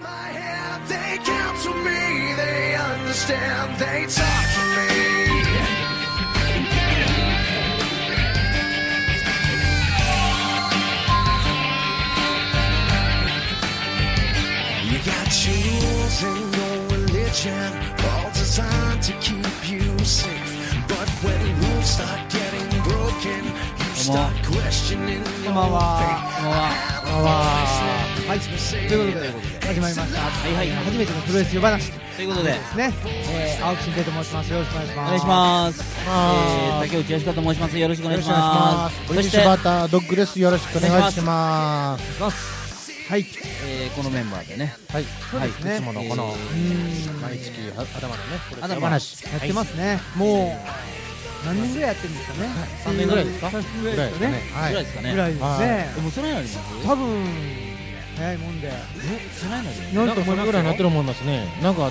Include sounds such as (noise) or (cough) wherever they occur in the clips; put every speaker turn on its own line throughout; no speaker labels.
my head, they counsel me, they understand, they talk to me. You got your rules and your religion, all designed to keep you safe. But when rules start getting broken, you start questioning your
こんばんは
faith.
こんばんはこんばんははいということで始まりましたはい
はい
初めてのプロレス呼ばなし
ということで、
ですね、えー、青木新平と申しますよろしくお願いし
お
ます
願いします。
あー
えー、竹内義和と申します。よろしくお願
よろ
い
し
し
くお願いしま
ますす。。
ブ
そ
リッ
し
シ
て、
ュバタードッグです。よろしくお願いします。
はい
えー、このメンバーでね、
はい、そうですね。いつものこの
うーん
毎月あ頭のね、これ
頭
お話
やってますね、もう何年ぐらいやってるんですかね
3年ぐらいですか
3年ぐ
ぐ
ら
ら
い
い
で
ですす
か
か
ね
ね。
ぐ
は
らいですかね。
ぐらい
い
です
はい
ね
でもそれなります
多分早いもんで
え、それなりに
な
なん
んと
か
思
そ
い
れ
ま
ぐ
す
ら
よ
いになってると思いますね。なんか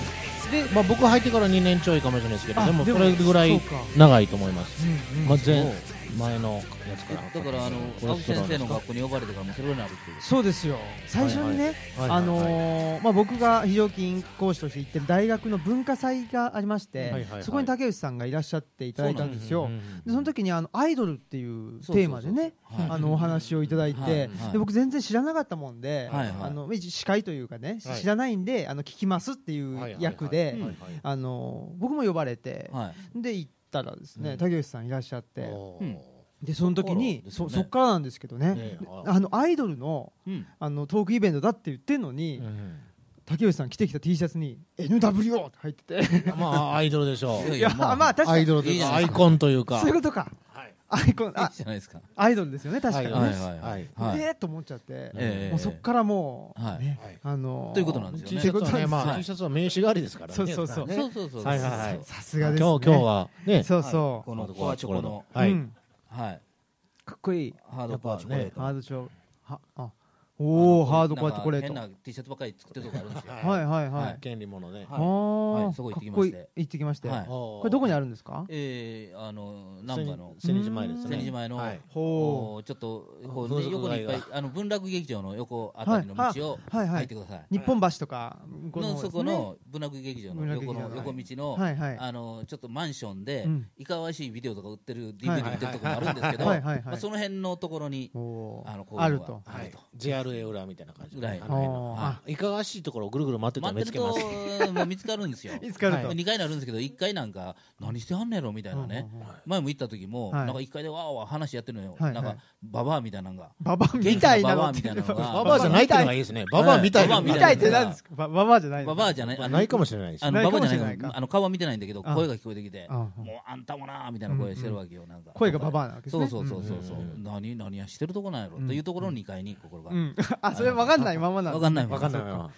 で
まあ僕入ってから2年ちょいかもしれないですけど、
あ
でも
でも
これぐら
そう
い
か
長いと思います。
うんうん
まあ前前のやつから。
だから、あの、青木先生の学校に呼ばれてからもうそれなるっていう。
そうですよ最初にね、
はいはい
あのーまあ、僕が非常勤講師として行ってる大学の文化祭がありまして、
はいはいはい
そこに竹内さんがいらっしゃっていただいたんですよ。
う
で
ん
その時にあのアイドルっていうテーマでね
そうそうそうそうはい
あのお話をいただいて、
はいはい
で僕全然知らなかったもんで、
はいはい
あの一司会というかね、
はい
知らないんであの聞きますってい
はいはいうはい
役で、あの僕も呼ばれて、
はい。
で行ったらですね、
うん
竹内さんいらっしゃっ
う
て
ん
でその時に
です
そ,、
よね
そっからなんですけどね
ねえ
あのアイドルの
うん。
あのトークイベントだって言ってるのに、
うん
竹内さん着てきた T シャツに NWO って入ってて
まあアイドルでしょ
いや
い
い
や
や
ま
ま
あ、
あ
(laughs) 確か
ア
に
イドルと
い
い
いうじゃ
か
な
ア
い
イ
ですか
コンというか
そういう。ことか、
はい
アイコンあ
じゃないですか。
アイドルですよね確か
は
に
い
ね、
は
はいい
は
はいい。
はい。
えー、と思っちゃって、
ええ
もうそっからもう、
はい
ね
はい
あのー
ということなんですよね
という
T
こ
シ
と
ャツ
なんで
はね、
す
ま
は
あ
い
T シャツは名刺代わりですからね。
そうそうそう
ね
そうそうそう。
はいはいはい
さすがですね
今日今日はね、
そうそ
このコアチョコの、
う、
はい、
うん
はい。
かっこいい
ハードコアチョコレート。
ハードチョはあおおハードコアチョコレー
変
ト
な T シャツばっかり作ってるとこあるんですよ。
はいはいはい、
は
権利ものね。
あ
はい
ー
はいそこ行ってき
かっ
ま
こ
し
いい
て
行ってきまして、
はい
こ
これどこにあるんですか
えー、あの、難波の、
千日前ですね。
千日前の、
はい
ほ
おちょっとこう、
風
ね、
俗
横にいっぱい
街
あの文楽劇場の横あたりの道を
はいはいはいはい
入ってください。
う日本橋とかこ
の
方
そ
です
こ
ね
の文楽劇場の
文楽
横
劇場
の
はい
横道の、
はいはい
あのちょっとマンションで、
うん
いかわしいビデオとか売ってる
はい
DVD 売ってるとこもあるんですけど、
はいはいはい
まあ、その辺のところに
おー
あのこう
あ
いう
る
のが
と
あると。
JRA 裏みたいな感じ
裏へ
あの辺の
あー
はいいかがわしいところをぐるぐる回ってたら
待っ
見
てる
つけま
と
す。
もう見つかるんですよ。
(laughs) 見つかると、
は
2回になるんですけど1回なんか何してはんねやろみたいなね、
うんうんうん
前も行った時も、
はい
なんか1回でわーわー話やってるのよ、
はいはい
なんかババアみたいなのが
ババアみたいなのっ
元気なババア
て
みたいなのが
ババアじゃないっていうのがいいですね。ババアみたい
ババア
な。
み
み
た
た
い
い
っ
な
てなんですかバババアじゃないの
ババアじゃないあの
ないかもしれないです
あ
ね。
の
ない
ババア
かもし
じ
れ
ゃ
な
ないい
か
かあの顔は見てないんだけど
あ
声が聞こえてきて
あ
もうあんたもなーみたいな声してるわけよなんか
声がババアなわけです
そ
ね
うそうそうそうそう
うんうんう
何何やしてるとこなんやろ
うん
というところの2階に心が
うんあそれ分かんないままなん
わかんない
わかんない
は
わ。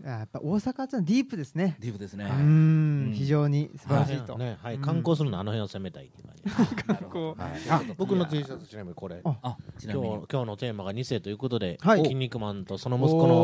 い
いややっぱ大阪はちょっとディープですね
ディープです
う
ね
ー
うんん
非常に素晴らしいと
ね、はい、
うん
観光するのあの辺を攻めたいっていう感じ。
こう
はいあ僕の T シャツちなみにこれ。
あ
今
あち
日
なみに
今日のテーマが二世ということで、
はい
筋肉マンとその息子の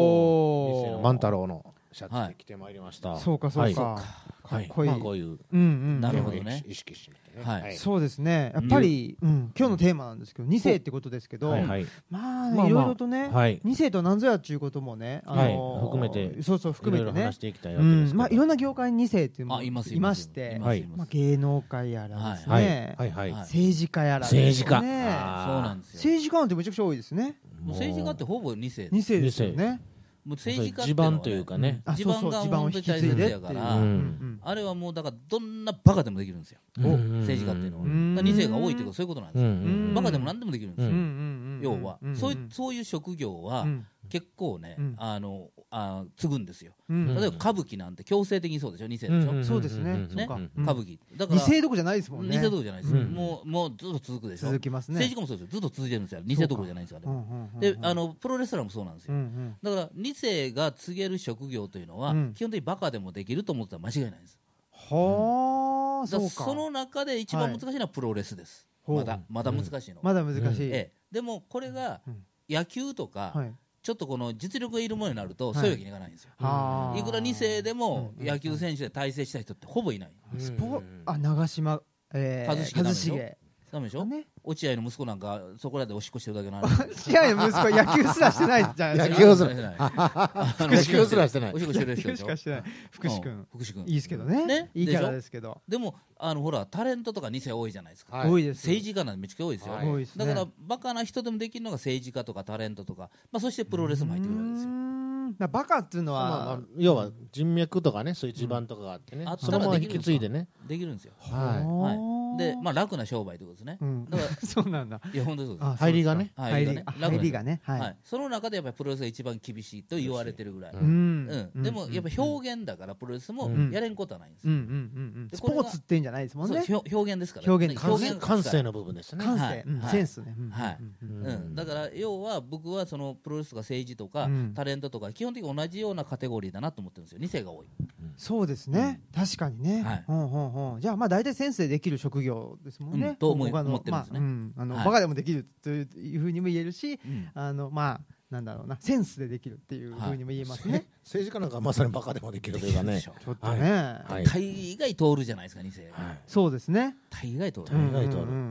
二世の
お
万
ー
太郎のシャツで着てまいりました。
そうかそうか
はい
かっ
はい
こいい
まあこういう
うんうん
なるほど
テーマを意識してみてね。
はい
そうですねやっぱりうん今日のテーマなんですけど2世ってことですけど
はいはい。
まあ
まあまあ
ねいろいろとね
はい
2世とは何ぞやっていうこともねあのー
はい含めて
そうそう含め
い
て
ろいろ
ね
話していきたいわ
う
けですけ
ん
ど。
まあいろんな業界に2世っていうのも
あいます
いまして
い
は
ま
い
すい
ま
ま
あ
す
芸能界やらです
はい
ね
はいはい。
はい
政治家やらですね
政治家
そう
あ
なんですよ
政治家なんてめちゃくちゃ多いですね
もう政治家ってほぼ2世
2世ですよね
もう政治家って
地
のはね
盤というかね。
あ
地
そうそ
盤
う
が
地盤を引き継いでってい
本
う
当に大切やから
うん
あれはもうだからどんなバカでもできるんですよ政治家っていうのは
う
だ
ん
から2世が多いっていうことはそういうことなんですよ
うん
バカでも何でもできるんです
う
よ
んうんうん
要は
うんうん
そういそういう職業は
うん
結構ね
うん
あのあ継ぐんですよ
うん
例え
ん
ば歌舞伎なんて強制的にそうでしょ2世でしょね
そうですねそうかうん
歌舞伎だから
二世どこじゃないですもんね
2世どころじゃないですよ
うん
もうもうずっと続くでしょ
続きますね
政治家もそうですよずっと続いてるんですよ2世どころじゃないんですよ
う
あ
んうんうん
れであのプロレスラーもそうなんです
う
よ
ん
だから2世が告げる職業というのは、
うん
基本的にバカでもできると思ってたら間違いないです
うんはあ
だか
そう
ら
か
その中で一番難しいのはプロレスです、
ほう
まだまだ難しいのは、
まだ難しい
ええ、でもこれが
うん
野球とか、
はい
ちょっとこの実力がいるものになると、
い
そういうわけにいかないんですよ
あー
いくら2世でも
うん
野球選手で対戦した人ってほぼいない、
スポあ長嶋えー
一茂なのよ
一茂
ダメでしょ、
ね
落合の息子なんかそこらでおしっこしてるだけなの
(laughs) 試合の息子野球すらしてないじゃないで
野
すか
球すら
してない
(laughs)
福士君すらしてない
おしっこしてる
野
人
球
で
し
しょ
かしてない福士君
うん福士君
いいですけどね
ね
いいキャラで
です
けど、
でもあのほらタレントとか2世多いじゃないですか、
はい
多いですよ
政治家なんてめっちゃ多いですよ、
はい
多いですね
だからバカな人でもできるのが政治家とかタレントとか、まあ、そしてプロレスも入ってくるわけですよ
うーんだからバカっていうのは、
まあまあ要は人脈とかねそういう地盤とかがあってね、
あった
その
ら
まま
でき
引
るんですか
き継いでね
できるんですよ、
は
はい、で、まあ、楽な商売ということですね、
うん
だか
(laughs) そうなんだ
いや本当にそうです
あ
入りがね
入
入り
り
がね
あ入りがねは、
はいいその中でやっぱりプロレスが一番厳しいと言われてるぐらい、
う
うんん
うん
でもやっぱ表現だからプロレスも
うん
やれんことはないんです
うん
よ、
うんうんうん
で
ス
こ
ポ
れが
ーツってんじゃないですもん
そう
ね
です表表現ですから
表現
い
で
感性
が
感性の部分ですね
感
は
性
い
うん
はい
センスねうん
はい
うんうん
う
うん、だから要は僕はそのプロレスとか政治とか
うん
タレントとか基本的に同じようなカテゴリーだなと思ってるんですよ2世が多い
そうですね確かにね
はい
ほんほんほんじゃあまあ大体センスでできる職業ですもん
う
ね
んと思い
他の
思ってるんですね
まあうんあの
はい
バカでもできるというふうにも言えるし
うん
あのまあなんだろうなセンスでできるっていうふうにも言えますね
ね政治家なんかまさにバカでもできるというかね
でしょ
ちょっとね
はい
大概通るじゃないですか2世が
は
そうですね
大概通る、
うん意外とある
うんうんうんうん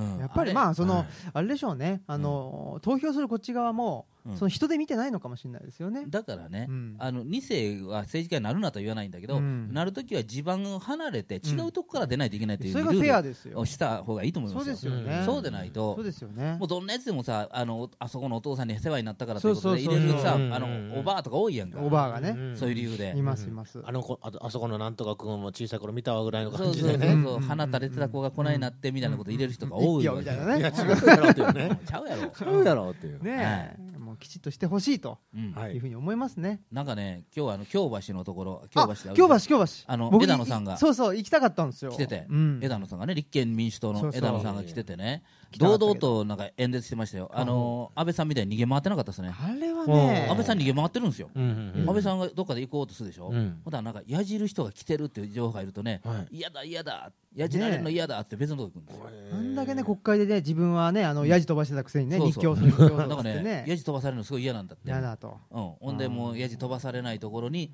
うん
うん
やっぱり
あれ
まあその、
はい
あれでしょうねあの、投票するこっち側も、
うん
その人で見てないのかもしれないですよね。
だからね、
うん
あの2世は政治家になるなとは言わないんだけど、
うん
なるときは地盤を離れて違うとこから出ないといけないという
そ
ル
れがフェア
ー
です
ル
よ
を。した方がいいと思い
そ
ま
う
す
で
よ。
すよね。
うん
そうでないと
そう、ですよね
もう。どんなやつでもさあのあそこのお父さんに世話になったからということで
そう
入
そう
れ
そう
るさあ
うん
のおばあとか多いやんか
おばあがね、
うん
そういう理由で
い。ますいます。
あの子あとあそこのなんとか君も小さい頃見たわぐらいの
そ
感
う
じ
そうそ
で
う
ね
そう花垂れてた子が来ないなってみたいなこと入れる人が多い
一
わ
票
け
みたいなね。
いや
ね
違うやろっていうね
ちゃうやろ、
違うやろっていう
え、もうきちっとしてほしいと
うん
はい
いうふうに思いますね。
なんかね今日はあの京橋のところ
あ
京橋で
京橋京橋。
あの
僕
枝野さんが
そうそう行きたかったんですよ。
来てて、
うん、
枝野さんがね立憲民主党
そ
の
うそう
枝野さんが来ててね
来たかったけ
堂
ど
々となんか演説してましたよあの安倍さんみたいに逃げ回ってなかったですね
あれはね。
安倍さん逃げ回ってるんですよ、
うんうん
安倍さんがどっかで行こうとするでしょ、
うん
ほんだらなんかやじる人が来てるっていう情報がいるとね、
はい
嫌だ嫌だやじられるの嫌だって別のとこ行くんですよ、
あんだけね国会でね自分はねあのヤジ飛ばしてたくせにね
そう
立
そう
教立教
なん
と
か
って
ね
ね
やじ飛ばされるのすごい嫌なんだって
やだと
うん、ほんでもうやじ飛ばされないところに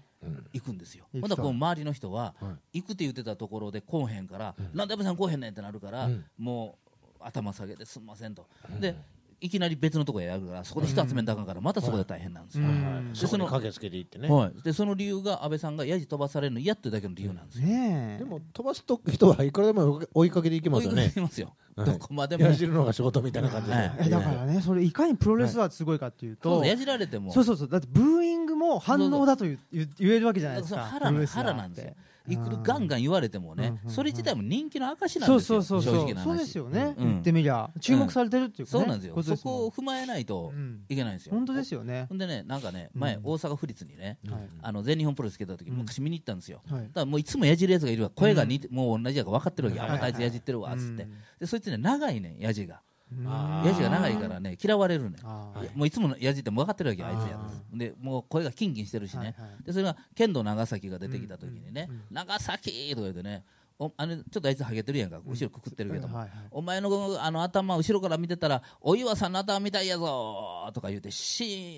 行くんですよ、
行く
ほんだ
と
らこう周りの人は、
は
行くって言ってたところで来おへんから、なんで安倍さん来おへんねんってなるから、
うん
もう頭下げてすんませんと、でいきなり別のとこやるからそこで人集めんとあかんから、またそこで大変なんですよ、
うん
そこに駆けつけていってね
はい、でその理由が安倍さんがやじ飛ばされるの嫌ってだけの理由なんですよ、
ねえ
でも飛ばすと人はいくらでも追いかけていき
こ
ま
う
す
いう
よ
こと
ね
いますよ、
はい
どこまでも
やじるのが仕事みたいな感じで、
はい
えだからねそれいかにプロレスラーってすごいかっていう
そ
と
うやじられても
そうそうそうだってブーイングも反応だと言う言えるわけじゃない
だ
で
からそ
す
の
か
腹
プロ
な
レスラー
腹
って
なんですよ
うん
いくらガンガン言われてもね、それ自体も人気の証なん
そう
です
そ
よ
うそ
正
うそ
直
う
な話
そうですよね
うん
言ってみりゃ注目されてるっていうか
そ
ね
うなんですよ
こと
そ
ですもん
こを踏まえないと
うん
いけないんですよ、
本当ですよね
ほんでねなんかね
うん
前大阪府立にね、
はい
あの全日本プロレスけた時
うん
昔見に行ったんですよ、
は
だからもういつもやじるやつがいるわ声が似て、もう同じやから分かってるわけ、
はい
あまたあいつやじってるわっつって、
うん
でそいつね長いねやじが
あー
やじが長いからね嫌われるね
あー
いやもういつものやじっても分かってるわけよあいつや
あ
でもう声がキンキンしてるしね、
はいはい
でそれが剣道長崎が出てきた時にね「
うんうん
長崎!」とか言ってねおあれちょっとあいつハゲてるやんか後ろくくってるけども、
はいはい
お前のあの頭後ろから見てたらお岩さんの頭みたいやぞとか言うてシ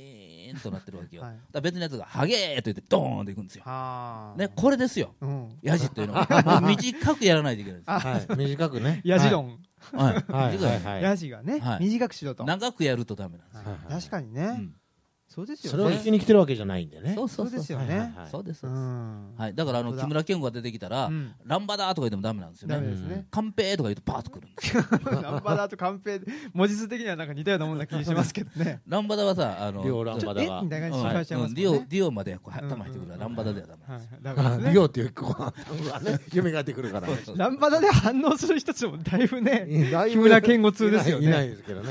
ーンとなってるわけよ、
はい
だから別のやつが「ハゲ!」と言ってドーンといくんですよ、
はあ
ね、これですよ
うん
やじっていうの
(laughs)
はもう短くやらないといけないんですよ、
はい、短くね
ヤジ論
はい
は
短
い
くや
は
ら
い、
ない
はい
ヤジがね
はい
短くしろと
長くやるとダメなんですよ、
はいはい
確かにね、
うん
そうです
そ
よ
れ
ね
を聞きに来てるわけじゃないんでね
そう
そ
そう
う
そう
ですよ
はいはい
ね
はい
そうですそううです、
ん
はい、だからあの
本当だ
木村健吾が出てきたら、
うん
ランバダーとか言ってもダメなんですよ
ダメ
ね。
ですね
カンペーとか言うとパーッとくるんですよ。
(laughs) ナンバダーとカンペイ文字数的にはなんか似たようなもんな気がしますけど
(laughs)
ね
ランバダはさ、あの、
両ラン
ちょ
バ
っとえ
ダ
みた
が
いな感
う
じ
ん
で紹介しちゃいます
デ
も
ィ
ん
オ
ね、
ディオまでこう頭入ってくるからランバダではダメなん
は
ですよ。
い、ダメ
あ
です
リ
ね
オっていう
(laughs)
子がね夢が出てくるから
そう
ランバダで反応する人たちもだいぶね
だいぶ
木村健吾通ですよね
いないいないですけどね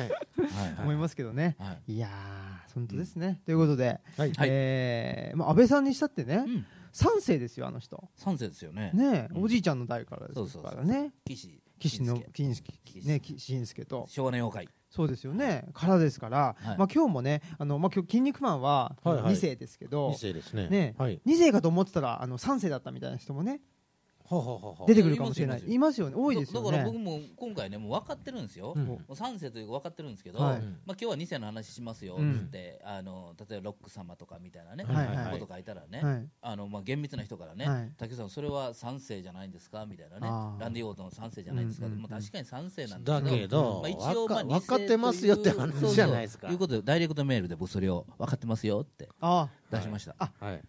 はい
思いますけどね
はい
いやー本当ですね、ということで、
はい
はい
えーまあ、安倍さんにしたってね、
うん
三世ですよあの人
三世ですよね。
ねえ、
うん
おじいちゃんの代からで
そう
す
そうそう
からね
岸
岸の金助
金
ね金助と
少年妖怪。
そうですよね、からですから、
はい
まあ今日もね、あのまあ今日筋肉マンは
はいはい
2世ですけど、
二世ですね
ね
はい
2世かと思ってたらあの3世だったみたいな人もね、
ほうほうほうほう
出てくるかもしれない
います
いますよね多いですよ
だだから僕
ね
も今回ねもう分かってるんですよ、
うん
もう3世というか分かってるんですけど、
は
まあ、
い
今日は2世の話しますよ
うん
っつって、あの例えばロック様とかみたいなね、
はいはい
こと書いたらね、
はい
あのまあ、厳密な人からね、
はい
竹さんそれは3世じゃないんですかみたいなね
あー
ランディ・オートンの3世じゃないんですか、
うんうんうん
まあ、確かに3世なん
だ
だ
け
けど
ど、
まあ、一応まあ
分かってますよって話じゃないですか
ということでダイレクトメールで僕それを分かってますよって
あ
出しました、
あ
はい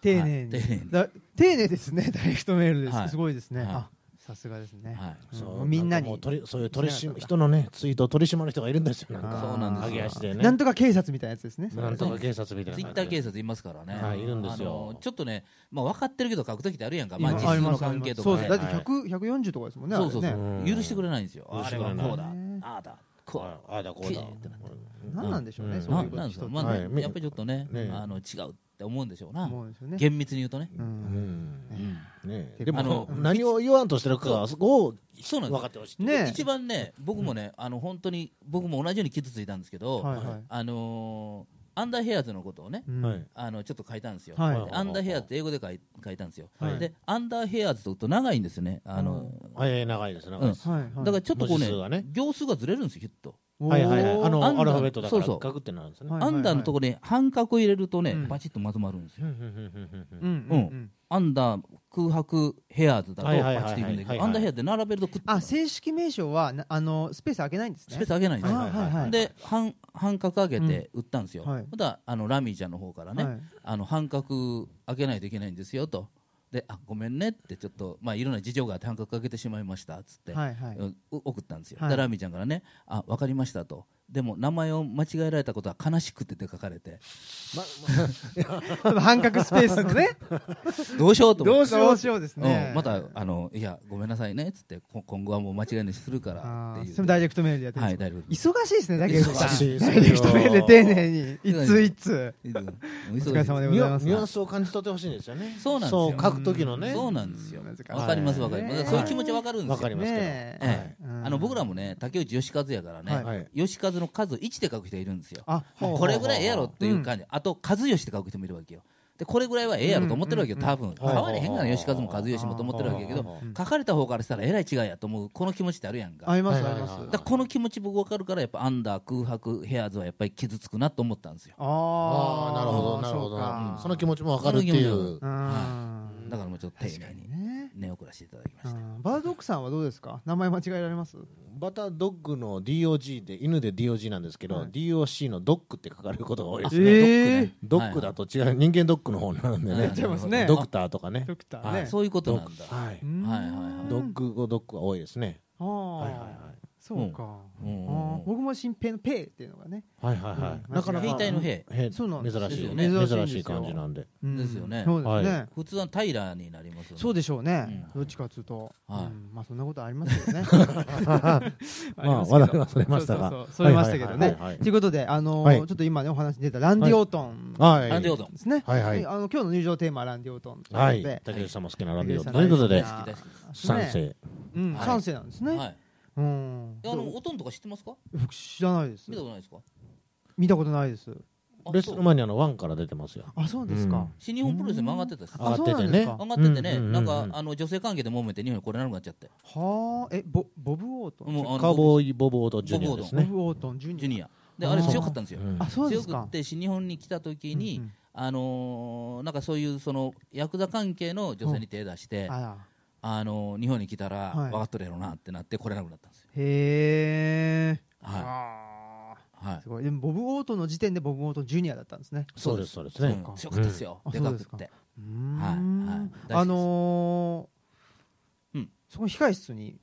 丁寧に
はい丁寧に
だ丁寧ですねダイレクトメールで
はい
すすごいですね
はい
あさすがですね
はい
うん
そう
もうみんな
かもう
に
取りそういう取り締ま人のねツイートを取り締まる人がいるんですよなんか
あーそうなんですよ
揚げ足でね
なんとか警察みたいなやつですね
なんとか警察みたいな
ツイ
感
ッ
じ
タ
で
ー警察いますからね、
はいいるんですよ
あのちょっとね、まあ、分かってるけど書くときってあるやんか、まあ、
今
実数
ありま
の
すあ
関
ります
係と
そう
か
で
ね
すだって100 140とかですもんねあれ
そうそうそう
ね
ね
許してくれないんですよ、
許し
あ
て
れ
くれな
はいこうだ、
ね
ああだ、こう
ああだこう
き
だ
ってなって
何なんでしょうね
うん
そう
ないなん
う
です
人
か、
って
まあね
はい
やっぱりちょっとね
ね
あの違うって思うんでしょうな、
思うんですよね
厳密に言うとね、
う
うんん
うん
ね
うん
で
あの
も何を言わんとしてるかはそこを
そうなん
分
です
か
よ
ってほしい
ね
一番ね、僕もね、あの本当に僕も同じように傷ついたんですけど、
はいはい
あのーアンダーヘアーズのことをね、
うん
はい
あのちょっと書いたんですよ、
はい
でアンダーヘアーズって英語で書い書いたんですよ、
はい
でアンダーヘアーズと打つと長いんですよね、あの
はい長いです長いです
はいはい
だからちょっとこう
文字数がね
ね、行数がずれるんですよ、きっと。
おー
はいはいはいあ
は
アン
の
ダー
アルファベットだから
そうそ
書
う
くってなるんですよね
い
アンダーのところに半角入れるとね、
うん
バチッとまとまるんですよ。
うんうんうんうんうん
うんうんうん
アンダー空白ヘアーズだと
はいはいはいはい
バチッといくんだ
は
け
いは
ど、ア
い
ンダーヘアーズで並べるとくっつくの
あ
ス
正式名称はなあのスペース開けないんですね
ペース上げないんですよ。
あーはいはい
で半半角上げて打ったんですよ。
うんはい
またあのラミーちゃんの方からね、
はい
あの半角開けないといけないんですよと。であごめんねってちょっと、まあ、いろんな事情があって半角開けてしまいましたっつって、
はいはいう
送ったんですよ、
はい
でラミーちゃんからね「あ分かりました」と「でも名前を間違えられたことは悲しくて」って書かれて (laughs)
ちょっと半角スペースの
(laughs)
ね
どうしようと思って
どうしようどうしようですね
うん、またあのいやごめんなさいねっつってこ今後はもう間違いなしするから
あ
って
ー
いう
それもダイレクトメールでやってるんですか
はいダイレクト
忙しいですねだけど
忙しいですよ
ダイレクトメールで丁寧に一通一通
うん
お疲れ様でご
ニ
ざい
ュア
ま
ン
す
ニュアンスを感じ取ってほしいんですよね
そうなんです
そ
よ
う書く時のね
そうなんですよ
うん難しい
わかりますわかります、
はい
そういう気持ちわかるんで
わ
す
か
よ、
りますけど
ね
ええ
うん
あの僕らもね竹内義和やからね、
はい
義和の数1で書く人いるんですよ
あ
ほうほうほう
これぐらいええやろっていう感じ、あと和義って書く人もいるわけよでこれぐらいはええやろと思ってるわけよ、
うんうん
多分変われへんがな義和も和義もと思ってるわけやけ
ほうほ
ど
うほ
書かれた方からしたらえらい違いやと思うこの気持ちってあるやんか
あります
はい
あ
は
り
いは
ます
い
だからこの気持ち僕分かるからやっぱアンダー空白ヘアーズはやっぱり傷つくなと思ったんですよ
あ
あ
ー
あなるほどなるほ
そうか
どその気持ちも分かるってい
その気
う
持
うん
だからもうちょっと丁寧に
ね
寝送らせていただきま
う
した
んバードックさんはどうですか名前間違えられます
バタードッグの DOG で犬で DOG なんですけど、
はい
DOC のドッグって書かれることが多いですね、
ええ
ドッグだと違う、人間ドッグの方なんで
な
ね
るほど
ね
ドクターとかね
ドクタ
は
ー
い
ね
そういうことなんだ
ドクはい
はいはいはい
ドッグ語ドッグは多いですね
あ
はいはいはい
あそうか
うんうんうん
あー僕も新兵のペイっていうのがね
はいはいは
う
い
ん
なかなか
兵隊の兵
へ
そうなんです
珍しいよ
で
ね
すよ
珍
ね
しい
珍しいんですよ
感じなんで
うん
ですよね
そうです
は
ね
普通は平らになりますよね
そうでしょうね、
う
どっちかというと、
はい
うんまあそんなことあります
(laughs)
よね。 (laughs) りすけど
まあ話題はそれましたが
そうそうそうそれましたけど
はい
ね
はいはいはい。
ということで、あのー
はい
ちょっと今ね、お話に出たランディ・オートン
はい
なんでよどん
ですね。
はいはい
であの今日の入場テーマはランディ・オートンと
は
いうこと
い
で、
竹内さんも好きなラビ
竹
オ
内さん
ということで
大好き
大好きです
賛
ね
成
うん
はい
賛成なんですね。
はい
うん。
えあのおとんとか知ってますか
僕知らないです
見。たことないですか
見たことないです。
あ
レスルマニアのワンから出てますよ
あ、そうですか。
そう新日本プロレスにも上がってたです
あ
上がって
そうな
て
んです
ね
か
上がっててね
うん
なん
う
か
ん
あの女性関係で揉めて日本に来れなくなっちゃって
はあ、え、ボボブ・オートン。
もうあの
カーボーイボブオートジュニアです
ボ
ね
ブ・オートンジュニア。
ジュニアであれ強かったんですよ
うん
あ、そうで
強
す
く
か
っ。て新日本に来た時に、
うんうん
あのーなんかそういうそのヤクザ関係の女性に手出して、
あら。
あのー日本に来たら
はい
分かっとるやろなってなって来れなくなったんですよ。
へえ。
はい
あー
はい
すごい。でもボブ・オートンの時点でボブ・オートンジュニアだったんですね。
そうですそうです
う
ね
ん強かったですよ、
うんあ
でかく
そう
っ
で
て。
うー
はいはい
ん
大好きです
あのー
うん
その控室に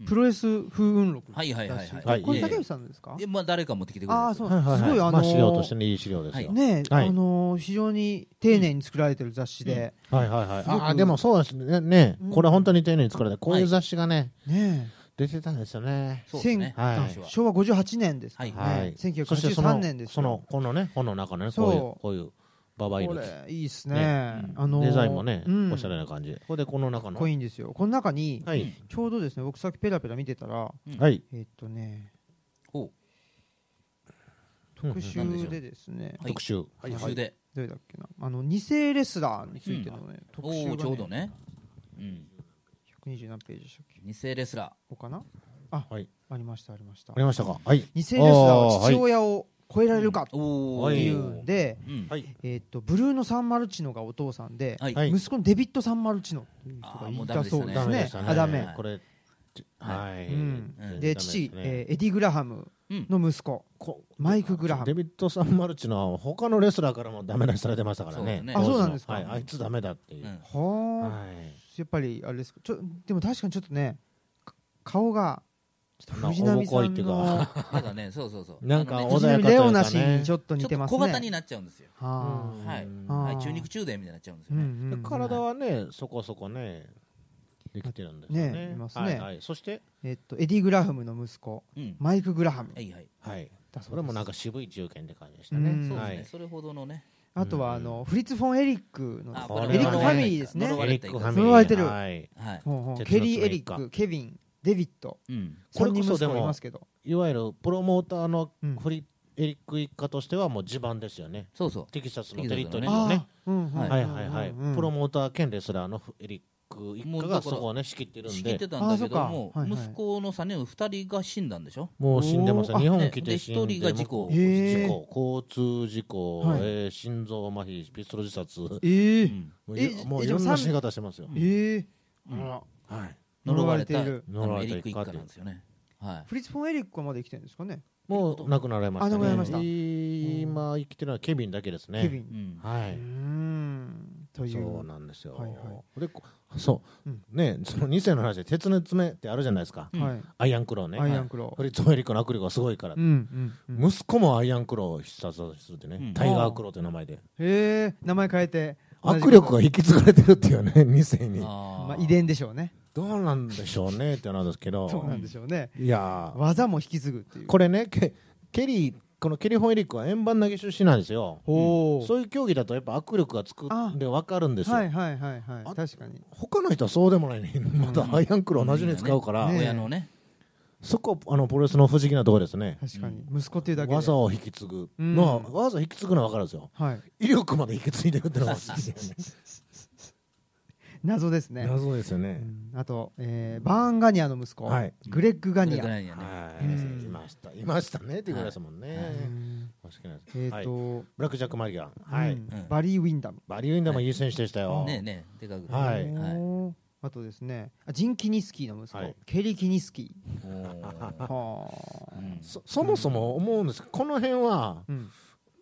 うん
プロレス風雲録
はいはいはい
だし
はい
これ
はい
竹内さんですか
えまあ、誰か持ってきてくれ
あ
たん
あ
ですよ
そうすご
はいはいは
いあ
ま
の
あ資料として
ー
ねいい資料ですよ、
ね
は
あ
い
のー非常に丁寧に作られてる雑誌で
はいはいはい
すごく
ああでもそうですねね、
うん
これ本当に丁寧に作られてこういう
はい
雑誌がね、
ね
出てたんですよね
そうですね、
千
はい
当時
え
は
昭和58年です
はい
は
はいい
1983
そしてその
年ですよ
そのこのね本の中のね
そう
こういうこういうババイ
こ
ル
れいいっす
ね
ねあのー
デザインもね、
うん
おしゃれな感じここでこの中
かっ
の
こいいんですよこの中に
はい、
うん
ちょうどですね僕さっきペラペラ見てたら
うん
はい
えっとね
ほう
特
うんうんなんでし
集
ょう
でですね
はい
特集はい
特集で、
どれだっけなあの二世レスラーについてのね、特集
お
が、ね、
おちょうどね、うん、
二十何ページでしたっけ
偽レスラ
ここかなあ、
はい
ありましたありました
ありましたかはい
二世レスラーは父
あーはい
親を超えられるか
ー。お
と
はいいう
うんで、
うん
はい
えーっとブルーノ・サンマルチノがお父さんで、
はい
はい
息子のデビット・サンマルチノという
あーも
人
う
が
ダ
い
メで
た
し
そ
た
う
ね
ですね。
た
あダメ
はい
これ
は
はい
うん
うん
で
ダメす
父、
ね
えーエディ・グラハムの息子、マイク・グラハ
デ
ム。
ビッド・サンマルチのは他のレスラーからもダメ出しされてましたから
そう
ね
ね
あそうなんですか
はいあいつダメだっていううん
はあ、
はい
やっぱりあれですかちょでも確かにちょっとねか顔がちょっと
まあ
藤波さ
重
ん
いっていう
の
か (laughs)
なんかね、そうそうそう。
なんか
あのね
お
藤
穏や
波
かというかね
レオナ氏にちょっと
ち
似
ょってと
ます
小
ね。
型になっちゃうんですよ。
は
うん
はい
あ
はい、
ー
中肉中背みたいになっちゃうんです
あ、う
よ
ん
ね。
うんうん
体はねそこそこねできてるんですよね
ねいますね
はいはいそして
えっとエディ・グラハムの息子
うん。
マイク・グラハム
はいはい。
はい
だ
そ
そう
れ
で
も
す
なんか渋い中堅って感じでした
う
ね
ん
そうです
は
ね、
い
それほどのね。
あとはあのフリッツ・フォン・エリックの
あ
これは
エリックファミリーですね
呪。われていく
エリックファミリー
呪われてる
はい
はい。
ほうほう
鉄の
ケリー・エリ
爪一
ッ
家
ク、ケビン、デビット、
うん。
これ
3
こ
人
そ
息子
でも
いますけど、
いわゆるプロモーターの
うん
フリエリック一家としてはもう地盤ですよね
そうそう。
テキサスのテリトリー
あ
のね
ー、うんうん
はい
はいはいはい
うんうん
プロモーター兼レスラーのエリック一家
もうだ
が
か
そ
ら
こをね仕切ってるん
仕切っ
で
てたんだけども、
あそうかはいはい
息子の3人の2人が死んだんでしょ
もう死んでます
おー
ね日本来
ねで
て死んで
一人が事故
もう
へー
事故交通事故
はい
えー心臓麻痺ピストル自殺も
え
う
ー
ん
う
え
いもうい
じゃあ
ろんな
三
死に方してますよ
えー
うん
あら
はい
呪われた
呪われている
あのエリック一家なんですよね。は
フリッツ・フォン・エリックはまだ生きてるんですかね
もう亡くなられましたね
あ亡くなられました
今生きてるのはケビンだけですね
ケビ
い。う
ン。
ん。
は
うー
い
んとい
そう
う。
なんですよ。
はいは
でこそう、
うん
ねその2世の話で鉄の爪ってあるじゃないですか、
うん
はい
アイアンクローね、
アイアンクロ
フ
ー。
リッツ・メリックの握力がすごいから、
うんうんうん。
息子もアイアンクローを必殺技するってね、
うん
タイガークローという名前で
へえ、名前変えて。
握力が引き継がれてるっていうね2世に
あー
まあ遺伝でしょうね。
どうなんでしょうねってなんですけ
そう
ど
なんでしょうね。
いやー
技も引き継ぐっていう。
これねケケリーこのケリー・ホン・エリックは円盤投げ出身なんですよ
ほ
そういう競技だとやっぱ握力がつく
あ
んで分かるんですよ、
はいはいはいは
あ
い。確かに。
他の人はそうでもないねまたアイアンクロー同じに使うから、
ねえ
親のね。
そこあのプロレスの不思議なところですね
確かに。息子っていうだけで。
技を引き継ぐのは、
うん
技を引き継ぐのは分かるんですよ
はい。
威力まで引き継いでるってのはね
謎ですね。
謎ですよ
う
ね、
んあと、えーバーンガニアの息子、
はい
グレッグ・ガニア。
ぐらいにはね。
はい、
うん
いましたいましたねっていうぐらいですもんね、
うん
申し訳ないです
えっ、
はい、
と、
ブラック・ジャック・マリアン、はい
うん
うん
バリー・ウィンダム。
バリューインダもいい選手でしたよ、
ねえねえ、でかく。
はい
はい。
おーあとですねあジン・キニスキーの息子、
はい
ケリ・キニスキ
おー
ー。はあ、
うん
そそもそも思うんですけどこの辺は
うん、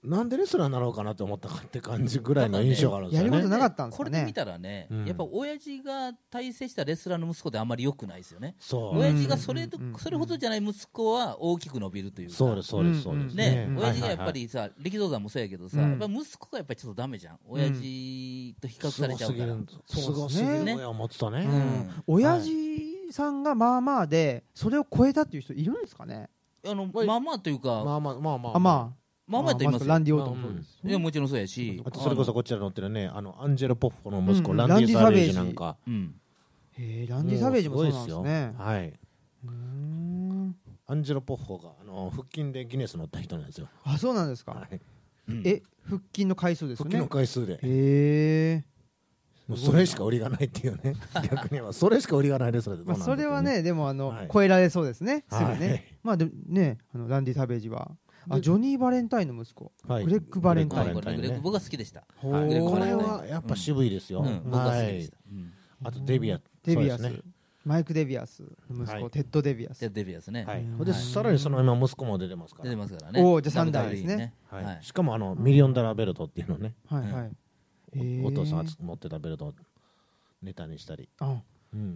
なんでレスラーになろうかなって思ったかって感じぐらいの印象があるんですよ
やるこ
ね
となかったんですかね
これで見たらね、
うん
やっぱ親父が大成したレスラーの息子ってあんまり良くないですよね。
そう、
親父がそれと
うん
それほどじゃない息子は大きく伸びるというか。
そうですそうですそうです、
ね、
うん
親父がやっ
はいはいは
ぱ
い
りさ、力道山もそうやけどさ、
うん
やっぱ息子がやっぱりちょっとダメじゃん。親父と比較されちゃうから。
すごすぎるすごすぎる親を持つとね、
うん
親父さんがまあまあでそれを超えたっていう人いるんですかね、
あの、
おい
まあまあというか、まあ
まあまあまあまあ
あまあ
まあやと言いますよ。
ランディ・オートンもそうです、
いやもちろんそうやし
あ、とそれこそこちらに載ってるねあのアンジェロ・ポッフォの息子、
うん
ランディ・サベージなんか
あの、うん。
へえランディ・サベージもそうなんですね
もうごいですよはいう
ーん
アンジェロ・ポッフォがあの腹筋でギネス乗った人なんですよ、
あそうなんですか、
はい
うん
え腹筋の回数ですよ
腹
ね
筋の回数で
へえ
もうそれしか売りがないっていうね
(laughs)
逆にはそれしか売りがないですので
まあ、それはねでもあの、
はい
超えられそうですねすぐね、
はい
まあでもねあのランディ・サベージはあ
で
ジョニー・バレンタインの息子、
はい
グレッグ・バレンタ
は
イン
いこれね僕は好きでした。
ほ
は
ー
い
グレッグ
こ
バレ
れ
ンタイン
はやっぱ渋いですよ、
うん、僕は好き
は
でし
い
た。うん
あとデビア
デビアス、
そうですね
マイク・デビアスの息子、
はい
テッド・デビアス
でデビューですね。
は
う
い
ん
ほんでさらにその今息子も出てますか
出
ら
てますからね。
おーじゃあ三代ですね
WWE
はい
はい。
しかもあのミリオンダラーベルトっていうのね
は
う
い
ん
はい、
お
へー
お父さんが持ってたベルトをネタにしたり、
あ
う
うんん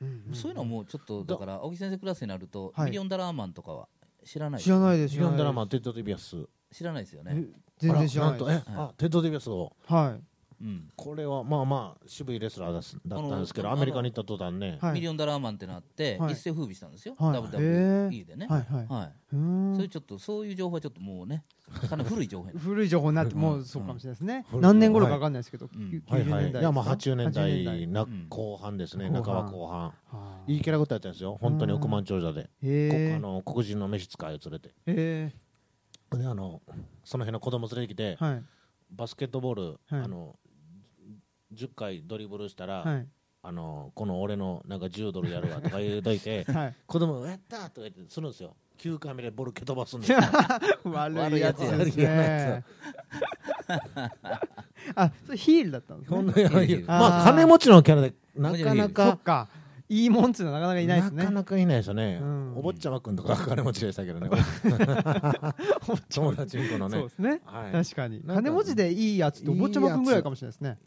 うんうん
そういうのはもうちょっとだから青木先生クラスになると、
はい
ミリオンダラーマンとかは知らない
知らないです
ミリオンダラーマンテッド・デビアス
知らないですよね
え。全然知らない
あなん
です
とえ、あテッド・デビアスを
はい
うん。
これはまあまあ渋いレスラーだすだったんですけど
あ
ア
の
メリカに行った途端ね、
はい
ミリオンダラーマンってなって、
はい
一世風靡したんですよ、
はい
WWE でね、
はいはい
はい、
うーん
そういうちょっとそういう情報はちょっともうね、かなり古い情報やね
古い情報になって
うん
もうそうかもしれないですね、
うん
何年頃か分かんないですけど、
ん
きゅ
はい
90
は
年代
い
ですか
いやまあ80年
80
代な
うん
後半ですね、
後半
半ば後半
はい
いキャラクターやったんですよ本当に億万長者で、こ
へ
あ
え
の黒人の召使いを連れて
へ
であのその辺の子供連れてきて、
えはい
バスケットボール、
はい
あの10回ドリブルしたら、
はい
あのこの俺のなんか10ドルやるわとか言うと
(laughs)
いて、
はい
子供がやったーとか言ってするんですよ9回目でボール蹴飛ばすんですよ
悪いやつ
悪い
で
やつ
すね。あ、それヒールだったんです
(laughs) ほん
ね。
のやばいよ
あー
まあ金持ちのキャラでなかな
そっ
か
か。いいもんっつうのはなかなかいないですね。
なかなかいないですよね、
うん
お坊ちゃまくんとか金持ちでしたけ
(laughs)
どね友達の子のね
そうですね。
はい
確かに。
なんか
金持ちでいいやつってお坊ちゃまくんぐらいかもしれないですね。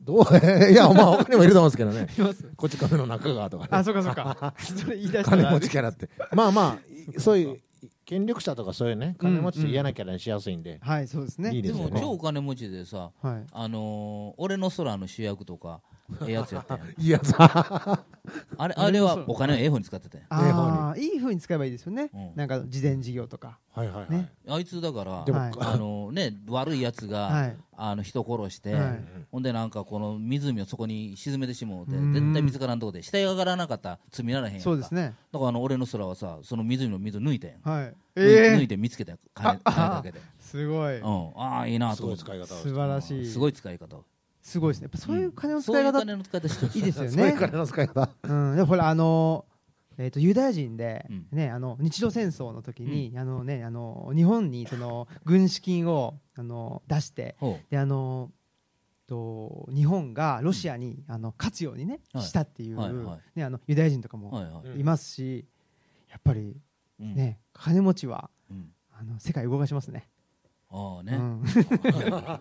どう (laughs) いやまあ他にもいると思うんですけどね
います。
こっち亀の中川とかね
あ、そうかそう
(laughs)
か。それ言い出したら。
金持ちキャラってまあまあいそういう権力者とかそういうね金持ちって嫌なキャラにしやすいんで、
はい、そう (laughs) ですね。
いい
で
ですよ
も
ね
超お金持ちでさ、
はい。
あのー俺の空の主役とか、ええやつやったや
(laughs)
ん
いやさ
(laughs) あれ、あれはお金をええ方に使ってたやん
ああ、いい風に使えばいいですよね
うん。
なんか事前事業とか。
はいはいはい、
ね
あいつだから、
でも、
はい
あのね、悪いやつが、
はい
あの人殺して、
はい
ほんでなんかこの湖をそこに沈めてしもうて、
うん
絶対見つからんとこで、死体が上がらなかったら罪にならへんやんか
そうですね。
だからあの俺の空はさ、その湖の水抜いてん、
はい。
抜
え
い
え、
て見つけたよ金金だけで、
すごい
うん、。ああ、いいな
す
と
ご
思
い
って
使い方をして
素晴らしい。
すごい使い方、
すごいですね。やっぱそういう金の使
そう
い
いう
方、
金の使い方してる
いい (laughs) ですよ
そういう
ね。
金の使い方
うん、でもほらあのえー、とユダヤ人で、
うん
ね、あの日露戦争の時に、あのね、あの日本にその軍資金をあの出して
ほ
であのと日本がロシアに、あの勝つように、ね
はい
したっていう、
はいはい
ね、あのユダヤ人とか
うは
も
いはい
いますし、やっぱり、
い、うん
ね金持ちは
うん
あの世界動かしますね。
ああ
う
ね、
ん
うん、確か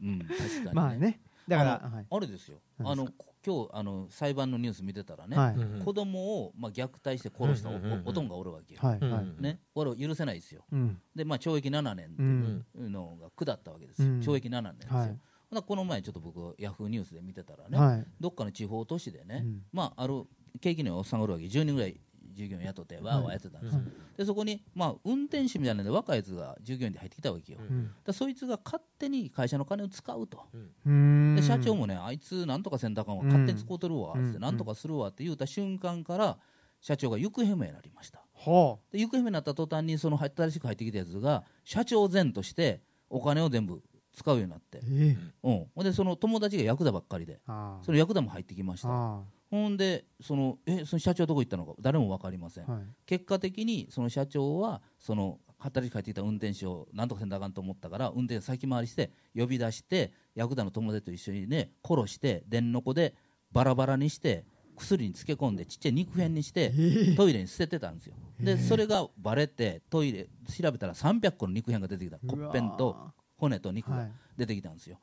に、ね、
(laughs) まあねだから
あの
はい
あれですよ、あ
何
の
で
今日あの裁判のニュース見てたらね、
はい
子供をまあ虐待して殺したお,、
うんうんうんうん
おとんがおるわけよ、
はい
うん
はい
ね、これを許せないですよ、
うん
で、まあ、懲役7年
う
うんん
っていうのが下ったわけですよ、
うん
懲役7年ですよ、
は
ほ
い
なこの前、ちょっと僕、ヤフーニュースで見てたらね、
はい
どっかの地方都市でね、
うん
まあ、ある景気のいいおっさんがおるわけ、10人ぐらい従業員雇って、わーわーやってたんですよ、
はい
でそこに、まあ、運転手みたいなので、若いやつが従業員で入ってきたわけよ、
うん
うん
でそいつが勝手に会社の金を使うと。
うーん
で社長もね、あいつなんとかせんとあかんわ、勝手に使うとるわ、
うん
ってなんとかするわって言うた瞬間から、社長が行方不明になりました。
ほ
で行方不明になった途端に、その新しく入ってきたやつが、社長前としてお金を全部使うようになって
う、ええ
うん、ほんで、その友達がヤクザばっかりで、
あー
そのヤクザも入ってきました。
あ
ほんで、そのえその社長どこ行ったのか、誰も分かりません
ー。はい
結果的に、その社長は、その働きかえってきた運転手をなんとかせんとあかんと思ったから、運転手先回りして、呼び出して、ヤクザの友達と一緒にね、殺して、でんのこでバラバラにして、薬に漬け込んで、ちっちゃい肉片にして、 (laughs) トイレに捨ててたんですよ。で、それがバレて、トイレ調べたら300個の肉片が出てきた、
うわー
骨片と骨と肉
は
が
い
出てきたんですよ。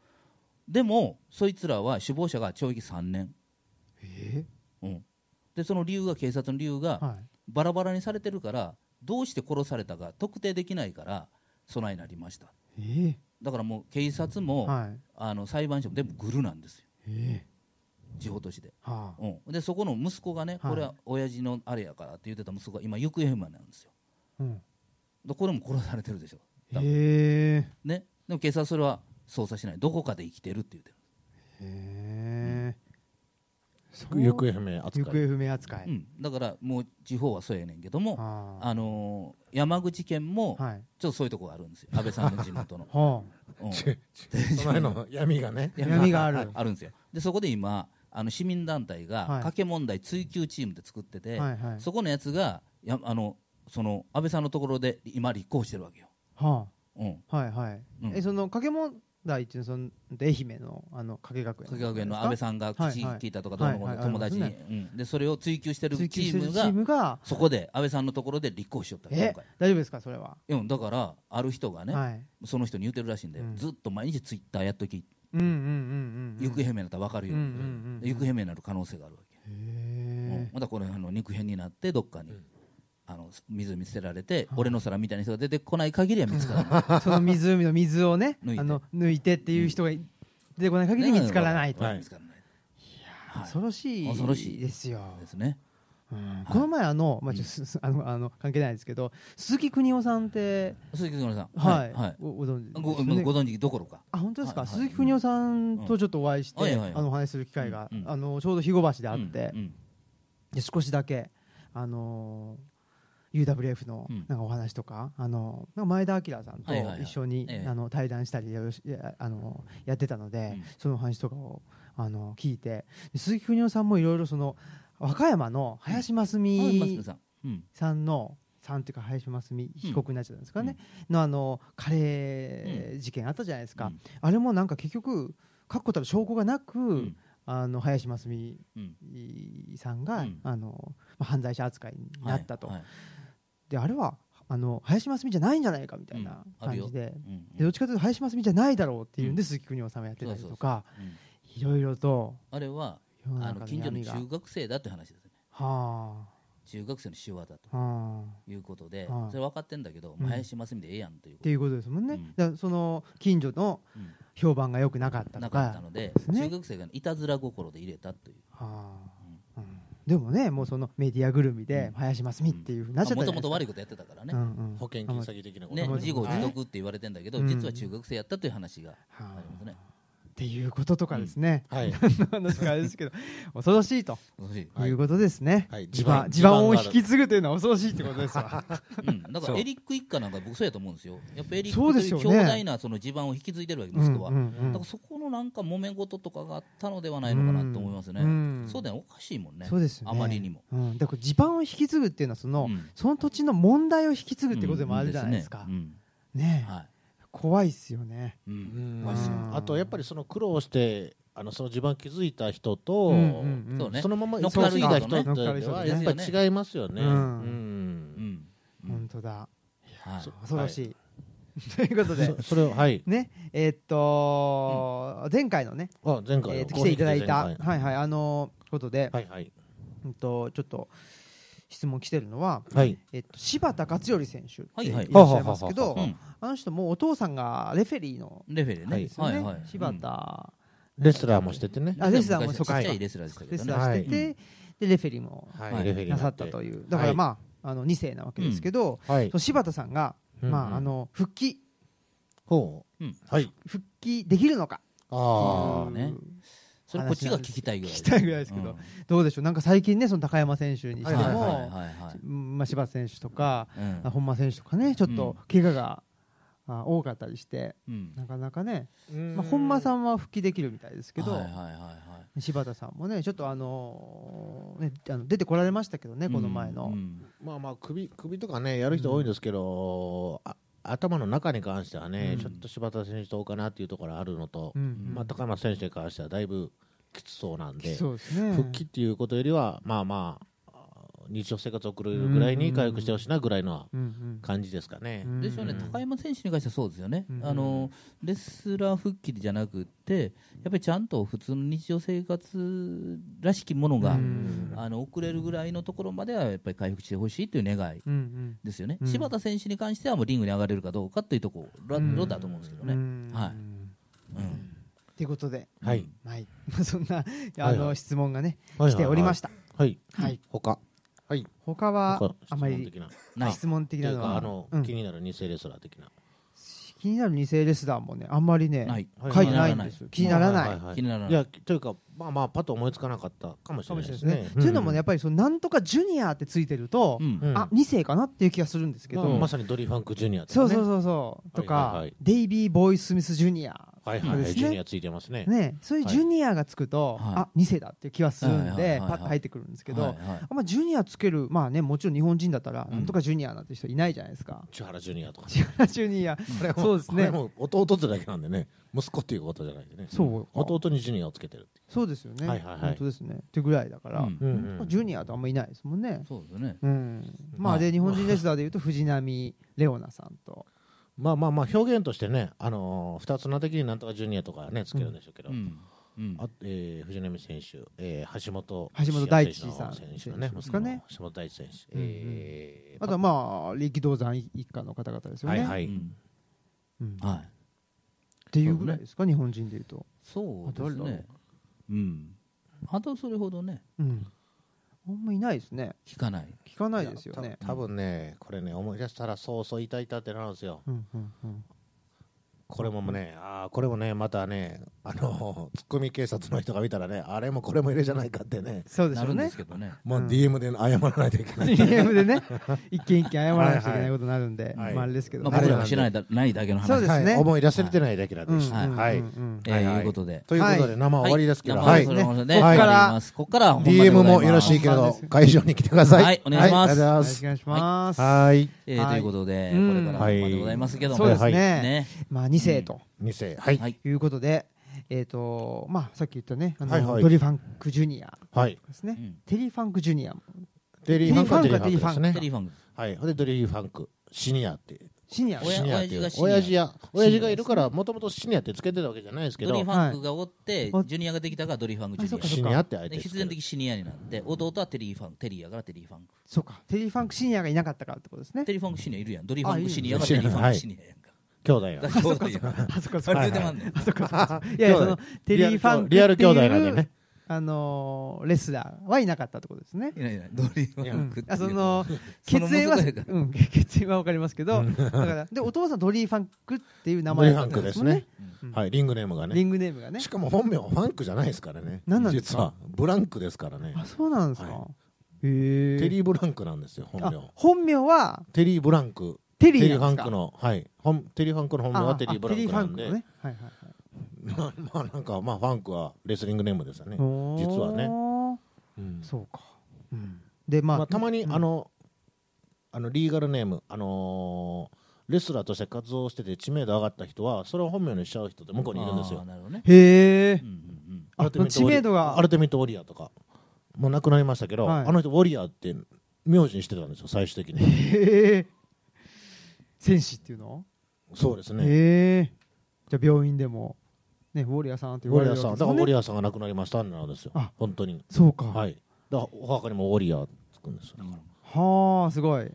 でも、そいつらは首謀者が懲役3年。
え
うん、で、その理由が、警察の理由が、
ーはい
バラバラにされてるからどうして殺されたか特定できないから備えになりました
えー
だからもう警察も、
はい
あの裁判所も全部グルなんですよ
え
地方都市で,、
ーはあ
うん、でそこの息子がね、
はい
これは親父のあれやからって言ってた息子が今行方不明なんですよ
うん
でこれも殺されてるでしょ、多分
えー
ね、でも警察はそれは捜査しないどこかで生きてるって言ってる、
へえそう
行方不明
行
扱
方
い
不明扱い
うん、だからもう地方はそうやねんけども
あー
あのー山口県もちょっと
はい、
そういうとこがあるんですよ安倍さんの地元の
は
うん
ちちその辺の闇がね
あ闇がある
あるんですよでそこで今あの市民団体が
はい
賭け問題追及チームで作ってて、
はいはい
そこのやつがやあのその安倍さんのところで今立候補してるわけよ、
は
うん、
あはいはい
うん
えその掛け問題っていうのはその愛媛のあの掛学園
掛川県の安倍さんが口聞いたとかどうのこう
はい
の
はい
友達に、
はいはい
うん、でそれを追及してるチ
追求して
ー
る
ム
チー
が
ムが
そこで安倍さんのところで立候補しよった今
え
回
大丈夫ですかそれは
うんだからある人がね、
はい
その人に言ってるらしいんだよ、
うん
ずっと毎日ツイッターやっとき
うんうんうんうんうん
行方不明になったら分かるよ、
うんうんうんうん
行方不明になる可能性があるわけうん
へ
またこれあの肉片になってどっかに、
うん
あの水に捨てられて、俺の皿みたいな人が出てこない限りは見つからない
えその湖の水をね
(laughs) 抜いて
あの抜いてっていう人が出てこない (laughs) 限り見つからないと
はい
見つからないはい
恐ろし
恐ろし
い
い
ですよ
ですね
うんこの前あの、まあ、ちょっとす (laughs) すあのあの関係ないですけど鈴木邦夫さんって、
鈴木さん
はい
はい
ごご存知
ご
ですよね
ご存知どころか
あ本当ですか、
はいはい
鈴木邦夫さんとちょっとお会いして、
うんはいはいはい
あのお話しする機会が、
うんうん
あのちょうど肥後橋であって、
うんうん
で少しだけ、あのー UWF の
うん
なんかお話とか,、あのなんか前田明さんと
はいはいはい
一緒に
ええ
あの対談したりいろいろしいやあのやってたので、
うん
そのお話とかをあの聞いてで鈴木邦夫さんもいろいろその和歌山の林真
はいマス
澄
クさん、うん
さんの。さんっていうか林真澄被告になっちゃったんですかね、のあのカレー事件あったじゃないですか、
うん
あれもなんか結局確固たる証拠がなく、
うん
あの林真澄
うん
さんが、
うん
あのまあ犯罪者扱いになったと、
はいはい
であれはあの林真澄じゃないんじゃないかみたいな
うんある
感
よ
じで,、
うんうん
でどっちかというと林真澄じゃないだろうっていうんで、
うん
鈴木邦夫さんがやってたり
そうそ
と
うそ
か
うん
いろいろと
あれは
世の
あの
中の
近所の
闇が
中学生だって話ですね
は
中学生の仕業だと
あはあ
いうことで
はい
それ分かってんだけど
うん
林真澄でええやんという
っ
こ
ていうことですもんね、
うん
だからその近所の
とうん
評判が良くなかった
な
と
か
か
ったので
ね
中学生がいたずら心で入れたという
はあうんでもねもうそのメディアぐるみで
うん
林真澄っていうふうになっちゃった
も
じゃ
と
な
も
い
と悪
ですか、
いことやってたからね
うんうん
保険金詐欺的なこと
ね
うん
自業自
はい
得って言われてんだけど
うん
実は中学生やったという話が
は
あります
あ
ね
っていうこととかですね、
はい
(laughs) 話があれですけど恐ろしいと
恐ろしい
はい
いうことですね、
はい
地
地
盤
盤
地盤を
地盤があ
引き
る
継ぐというのは恐ろしいってことですわ
うんだから
そう
エリック一家なんか僕そうやと思うんですよやっぱエリッ
そ
ク
う
と
です
い
よ
う
ね
強大なその地盤を引き継いでるわけ (laughs) 息子は
うんうんうん
だからそこのなんか揉め事とかがあったのではないのかなと思いますね
うん
そうだよねおかしいもんね
そうですよね
あまりにも、
うん、だから地盤を引き継ぐっていうのはその、
うん
その土地の問題を引き継ぐってことでもあるじゃないですか、
うんうん
ねえ、
はい
怖いっすよね
う
うんん
まあそう
あとやっぱりその苦労してあのその地盤気づいた人と、
うんうんうん
そうね
そのまま
乗
乗
っか
っか
る人
る人
と
と
ね
ではやっぱり違いますよね。
う
うんん
うん
本当だ
はい
そう
恐ろしい、ということで
(laughs) そそれをはい。
ねえーっと、前回のね、
あ前回の、
えーっと来ていただいたは
前
い
回
はいあのことで、
はいはい
うんとちょっと質問来てるのは、
はい
えっと、柴田勝頼選手ってい
は
ら
いはい
っしゃいますけ
は
ど
ははは
うん
あの人もお父さんがレフェリーの
レフェリーね
ですよ
はい
ね、
はい
柴田、
レスラーもしててね。
あレスラーも
昔
そうか
ちっちゃいレスラーでしたけ
レ
ど
ス
ね
ラーしてて、
は
でレフェリーも
はい
はい
レフェリー
な
に
さ
な
ってたという、だからまああの2世なわけですけど、
はい
その。柴田さんが、
うん
まあ、あの復帰
ほう
うん
はい。
復帰できるのか
ああ
ねそれこっちが聞きたいぐらい
聞きたいぐらいですけどどうでしょうなんか最近ねその高山選手にして
うんはいはい
も
はいはい
うんまあ柴田選手とか、
うん
あ本間選手とかねちょっと怪我が、あ多かったりして
うん
なかなかね、
うん
まあ、本間さんは復帰できるみたいですけど、
はいはいはいはい
柴田さんもねちょっとあのねあの出てこられましたけどねこの前の、
うんうん
まあまあ首首とかねやる人多いんですけど、あ頭の中に関してはね、
うん
ちょっと柴田選手どうかなっていうところあるのと、
うん
まあ、高山選手に関してはだいぶきつそうなんで、
そうですね
復帰っていうことよりはまあまあ日常生活を送れるぐらいに回復してほしいなぐらいの
うん
感じですかね。
うん
ですよね
うん
高山選手に関してはそうですよね、
うん
あのレスラー復帰じゃなくて、やっぱりちゃんと普通の日常生活らしきもの
う
が、
ん
あの遅れるぐらいのところまではやっぱり回復してほしいという願い
うんうん
ですよね、
うん
柴田選手に関しては、もうリングに上がれるかどうかというところ
うん
だと思うんですけどね。
うん
はい
うんということで、
はい、
はい、 (laughs) そんなあ
はい
の、
はい。
質問がね来ておりましたた、
はい、
はい、
他はい
他は
他
あま
質問
り
的な
ない
質問的
と
ないの
うか
は
あの、
うん
気になる偽レスラー的な
気になる二世レスラーもねあんまりね
ない
書いてないんですよ気
気
にならない
気にならない
いやというかまあまあパッと思いつかなかったかもし
か
れな
も
い
しれ
で
ないですすね
ね。。
というのもねやっぱりそのなんとかジュニアってついてると
う、ん
うん
あ2世かなっていう気がするんですけど、
まあまさにドリーファンクジュニアとか
そう
ね。
そうそうそう、とか、
はいはいはい
デイビー・ボーイ・スミス・ジュニア
はい
とか
は
で
いはい
す
ジュニ
ね
アついてますね。
ねそういうジュニアがつくと、
はい
あ2世だっていう気はするんで、
はいはいはいはい
パッと入ってくるんですけど、
はいはい
あんまジュニアつけるまあねもちろん日本人だったら、
うん
なんとかジュニアなんて人いないじゃないですか
千原ジュニアとか。
ジュニア
これも
そうですね
これも弟ってだけなんでね、息子っていうことじゃないんでね。
そうか
弟にジュニアをつけてるってい
そうですよね、
はいはいはい
本当ですねってぐらいだから、
うん
う。
ジュニアってあんまいないですもんね
そうですね。
うんまあ
は
で
い
日本人レスラー
(laughs)
でいうと藤波レオナさんと
まあまあまあ表現としてね、あのー二つ名的になんとかジュニアとかねつけるんでしょうけど
う。ん。うん
あえー藤波選手、えー橋本
橋本大地さん
選手のね、
です
息
か
子
ね
の橋本大地選手、
うんうん
えー
あとはまあ力道山一家の方々ですよね、
はいは
う
い、
ん
うんっ
はい。
ていうぐらいですか、日本人でいうと、
そう
あ
です
誰だろ
ね。うん。あとそれほどね、
うん、あんまいないですね
聞かない。
聞かないですよ
いや
ね
た多分ね、これね、思い出したら、そうそう、いたいたってなるんですよ。
うんうんうん
これもね、ああ、これもね、またね、あのツッコミ警察の人が見たらねあれもこれも入れじゃないかってね
そうでし
な
ょ
る
うん
で
ね
すけどね。
もううん DM で謝らないといけない、
DM でね
(laughs)
一件一件謝らなくちゃいけないことになるんで、
いはい
まあ、あれですけど、
まあ、僕
ね
あれ
らが
なんで
知らないだないだけの話
そうですね
はい思い出せれてないだけなんでし
う
た、
んうんうんうん
はい、
えー
はいはい
いうことで。
ということで生終わりですけど、はい
生放送の方で
ね
ね
はい
終わりますここから本番で
DM
ございます
もよろしいけ
本
れど
番です
会場に来てください
はいお願いします
はありがと
よ
うござ
ろしくお
い
願いします、
ますはい
えーということで、
うん
これから本番でございますけども、
そうですね,、
はいね
まあ、2世と
二世はい
はい
いうことで、えーとまあ、さっき言ったねあの、
はいはい
ドリーファンクジュニア
はい
ですね、
うん
テリーファンクジュニアも
デリーファンクは
デリ
デリ
ー
ーフ
フ
ァ
ァ
ン
ン
ク
ク
テ
ですね
レビファンク
はいほんでドリーファンクシニアっていう
シニア
おや
シニアっていう
親父がシニア
親父や親父がいるからもともとシニアってつけてたわけじゃないですけ
ドリー
ど
ファンクがおって、
はい
ジュニアができたからドリーファンクジュ
あ
ニ
そ
シニアって相
ア。
手
で
です
必
け
然
ど
的シニアになって、弟はテリーファンク、テリーやからテリーファンク。
そうかテリーファンクシニアがいなかったからってことですね
テリーファンクシニアいるやん。ドリーファンクシニアが
あい
テ
る
リー
よ
ファンクシニアやんか。
兄弟や
だから兄弟やから
あそこそ
そ
こ
れ出てまんねん。
いやいやそ
兄
の
弟
テリーファンクっていう
リアル兄弟なんでね
あのーレスラーはいなかったってことですね
いやいや、ドリーファンクっていう
あその
そ
血
の
縁は、
息子やか
うん、 (laughs) 血縁はわかりますけど、だからでお父さんドリーファンクっていう名
ドリ
前だ
ーファ
っ
ン
た
ク
ん
です
もん
ね
うん
はいリングネームがね
リングネームがね
しかも本名はファンクじゃないですからね
何なんです
実はブランクですからね
あそうなんですか、
は
へえ
テリー・ブランクなんですよ本
あ
名
本名は
テリー・ブランク
テ
テ
リー
リー・ファ
なん
ン
です
ク
か
のはい本テリー・ファンクの本名
あ
は
あ
テリー・ブランクなん
テ
で
リーファンクのねはいはいはい
(laughs) まあまあなんかまあファンクはレスリングネームですよね
おー
実はねうん
そうか、うん、でまあ、
まあたまに
うん
あのあのリーガルネームあのーレスラーとして活動してて知名度上がった人はそれを本名にしちゃう人って向こうにいるんです
あー
よ
なるほどね。
へえ
うんうん
あ
アルティメット
知名度が
アルティメット・ウォリアーとかもう亡くなりましたけど
はい
あの人ウォリアーって名字にしてたんですよ最終的に
へえ戦士っていうの、
そうですね
へえじゃあ病院でもねウォリアーさんって
ウ
言わ
ォ
れ
リ
る
ア
わけ
ーさん、
です
だか
もん
らウォ
ね
リアーさんが亡くなりましたってなんですよ
あ、
本当に。
そうか
はい。だからお墓にもウォリアーってつくんですよ。
うん。
はあすごい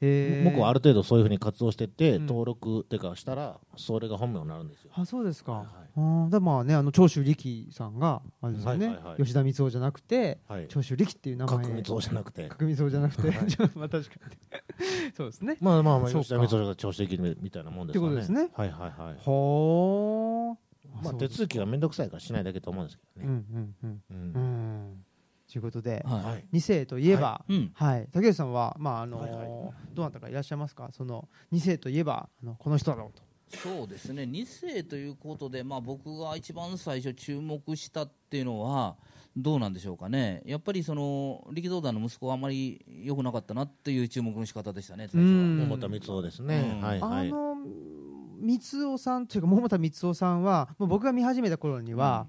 へえ
僕はあ
る
る程度そういうふうに活動してて、
うん
登録ってかしたら、それが本名になるんですよ。
あそうですか、
はい
あーだからまあねあの長州力さんがあれですよね、
はいはいはい
吉田光雄じゃなくて
はい。
長州力っていう名前
角光雄じゃなくて。
角光雄じゃなくて、ちょまあ確かにそうですね
まあまあまあ、
そうか
吉田光雄が調子的みたいなもんですからね。
ってことですね
はいはいはい。
はあ
まあ
そう
手
です
続きがめんどくさいからしないだけと思うんですけ
う
どね。
んうんう
う。
んうんんということで
は
はい。
二世といえば、
は
うん。
はい、竹内さんは、まああの
はいはい
どなたかいらっしゃいますかその2世といえばあのこの人だろうと。
そうですね2世ということで、まあ、僕が一番最初注目したっていうのはどうなんでしょうかねやっぱりその力道団の息子はあまり良くなかったなっていう注目の仕方でしたね最初
うん
は
桃田光雄ですね
う。ん
はいはい
あ。の三夫さんというか桃田三夫さんはもう僕が見始めた頃には、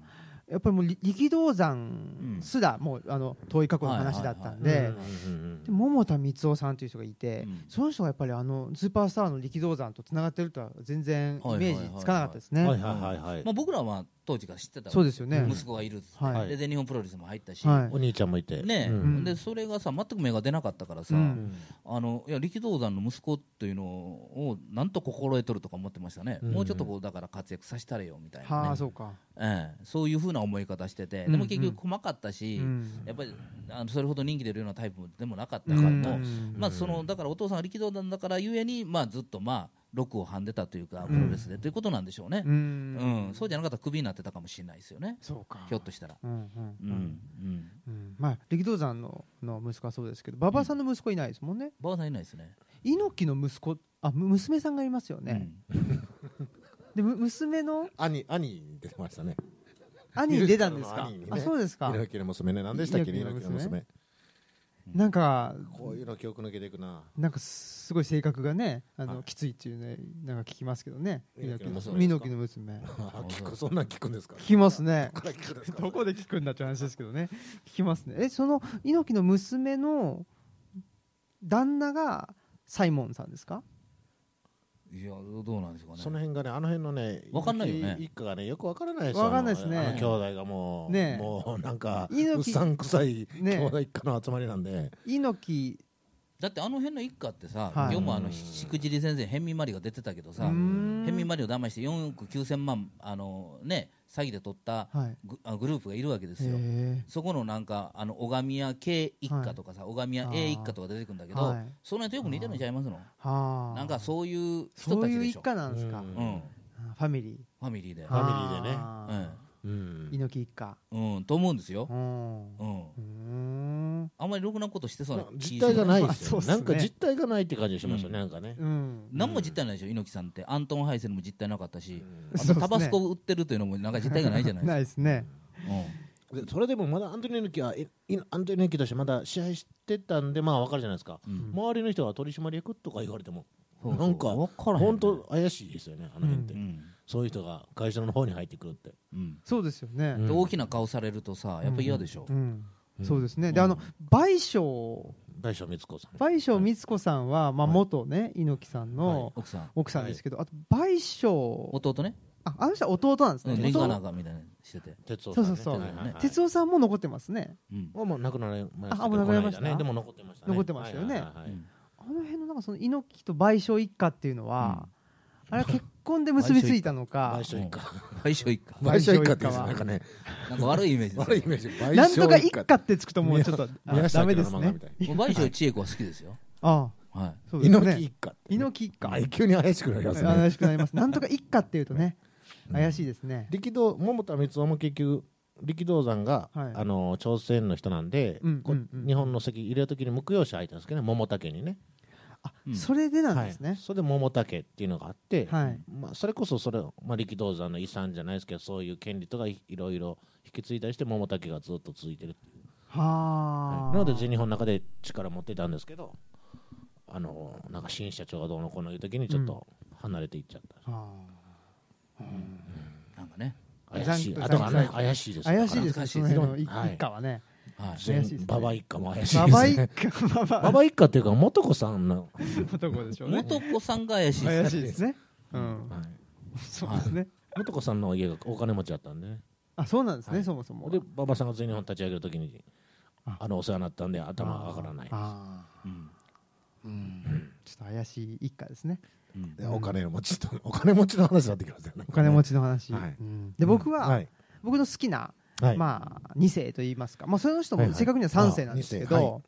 やっぱりもう力力道山すら、もうあの遠い過去の話だったんで。
うんうん
で桃田光雄さんという人がいて、
うん
その人がやっぱりあのスーパースターの力道山とつながってるとは全然イ
はいはいは
メ
い
ージつかなかったです
う
ね、
んはいはいはいはい
ま。あ、僕らは当時から知ってた
そうですよね、
うん
息子がいるっつって
はい
でで日本プロレスも入ったし、
はい
お兄ちゃんもいて。
ね
うん
ん
でそれがさ全く芽が出なかったからさ、
う
うんん
あのいや力道山の息子というのをなんと心得とるとか思ってましたね、
うん
もうちょっとこうだから活躍させたれよみたいな、
は
ね
あそうか、
ええ、そういうふうな思い方してて、でも結局細かったし、
うん
やっぱりあのそれほど人気出るようなタイプでもなかった
う
から
ん
も、
うん
まあ、そのだからお父さんが力道山だからゆえに、まあ、ずっとまあ禄をはんでたというかプロレスで、ということなんでしょうね、
う
うんんそうじゃなかったらクビになってたかもしれないですよね
そうか
ひょっとしたら。
うんう
う
ん
んうん
うんまあ、力道山のの息子はそうですけど馬場さんの息子いないですもんね、
馬場さんいないですね。
猪木の息子あむ娘さんがいますよね、でむ娘の
兄、兄出てましたね。
兄に出たんですか、
猪木の兄にね
あそうですか
猪木の娘ね。何でしたっけね、猪
猪木
木の
の
娘
娘。なんか
こういうの記憶抜けていくな。
なんかすごい性格がねあの、
はい
きついっていうねなんか聞きますけどね
猪
猪
木の娘ですか
木の娘
あ聞くそんなん聞くんですか。
聞きますね
これ聞くんですか。
どこで聞くんだって話ですけどね聞きますねえその猪木の娘の旦那がサイモンさんですか
いやどうなんでしょうかね。
その辺がね、あの辺のね、
わかんないよね
猪木一家がね、よくわからないですよ。
わかんないですね
あのあの兄弟がもう、
ねえ
もうなんか、うっ
猪木
さんくさい
ね
兄弟一家の集まりなんで、
猪木
だってあの辺の一家ってさ、
はい
今日もあのしくじり先生、ヘンミマリが出てたけどさ、
う
ヘ
ーん
ンミマリを騙して4億9000万あの、ね、詐欺で取った
はい
グ,あ、グループがいるわけですよ。
へ
そこのなんかあの拝み屋 K 一家とかさ、拝み屋 A 一家とか出てくるんだけど、
はい
その辺とよく似てるんちゃいますの
はあ
なんかそういう人
そ
た
う
ち
いう
で
一
しょ
家なんですか、
うん
うん
あファミリー
ファミリーで、
ファミリーでね
あ
え
うん
猪木一家
えうん、と思うんですよ
う、ん
うん、
うん
あんまりろくなことしてそうな
な
気
実態がないで
まあ
すよ、
そうっ
ね、
すね
なんか実態がないって感じがしますよね、
う
なんかね、
うん
何も実態ないでしょ、猪木さんって、アントン・ハイセルも実態なかったし、あ
そ
と
うですね
タバスコ売ってるというのも、なんか実態がないじゃないで
(laughs) ないですね
すか。うん
でそれでもまだアントニオ猪木はえいアントニオ猪木としてまだ試合してたんでまあわかるじゃないですか、
うん
周りの人は取締役とか言われても
そうそう
なんか
わらへんね
本当怪しいですよねあの辺って、
うん
そういう人が会社の方に入ってくるって
うん
そうですよね、
で大きな顔されるとさやっぱ嫌でしょ、
うん
うん
そうですね、であの賠償
大将光子さん
賠償光子さんは、まあ、
はい
元ね猪木さんの
奥さん
奥さんですけど、あと賠償
弟ね
ああの人は弟なんですね、
うん
弟
年賀なんかみたいなのしてて、
哲夫さん、ね、
そうそうそう
はいはいはい
哲夫さんも残ってますね
うん
はもう亡くなられましたけど
あもう亡くなられました
この間ねでも残ってましたね
残ってましたよね
はいはいはいはい
うん
あの辺のなんかその猪木と賠償一家っていうのは、あれは結婚で結びついたのか
賠償一家
賠償一家
賠償一家って言うんですねなんか
ね
なんか悪いイ
(laughs)
メージですよ
悪いイメージ賠
なんとか一家ってつくともうちょっとあ
宮下
ダメ
明
で
の
す
漫画
ね
みたい
もう賠償千恵子は好きですよ
ああ
は
そうです
猪木
ね
一家ってね
猪木一家
はい急に怪しくなりますね
怪しくなりますなんとか一家っていうとね怪しいですね
力道桃田光雄も結局力道山が、
はい
あの朝鮮の人なんで、
うん
こ
うんうん
日本の席入れる時に婿養子入ったんですけどね桃田家にね
あ
うん
それでなんです
はい、
ね
それで桃田家っていうのがあって、
はい
まあ、それこそそれ、まあ、力道山の遺産じゃないですけどそういう権利とかいいろいろ引き継いだりして桃田家がずっと続いてるっていう
は
はい
あ
なので全日本の中で力持ってたんですけどあのなんか新社長がどうのこうのいう時にちょっと離れていっちゃった、
はあうん
いなんかね
怪しい
残
あとは
残
ね怪しいですから
怪しいです
懐か
ね
しい
その辺の一
はい
一家はね
はい
怪しいですね
ババ一家も怪しい
バ
です
バ
ね
一家バ
バ
バ
バ一家っていうか元子さんの、
のとこでしょうね
元子さんが怪しいです
怪しいですねうん
はい
そうですね
元子さんの家がお金持ちだったんでね
あそうなんです
は
ね
い
そもそも
で馬場さんが全日本立ち上げるときに
あ
あのお世話になったんで頭が上がらない
ああ
うん
ちょっと怪しい一家ですね
うん
でお金持ちとお金持ちの話になってきますよね
お金持ちの話
はい
うんで僕
は
はい僕の好きな
はい
まあ、2世といいますか、まあ、その人
はいは
も
い
正確には3世なんですけ
あ二世は
ど、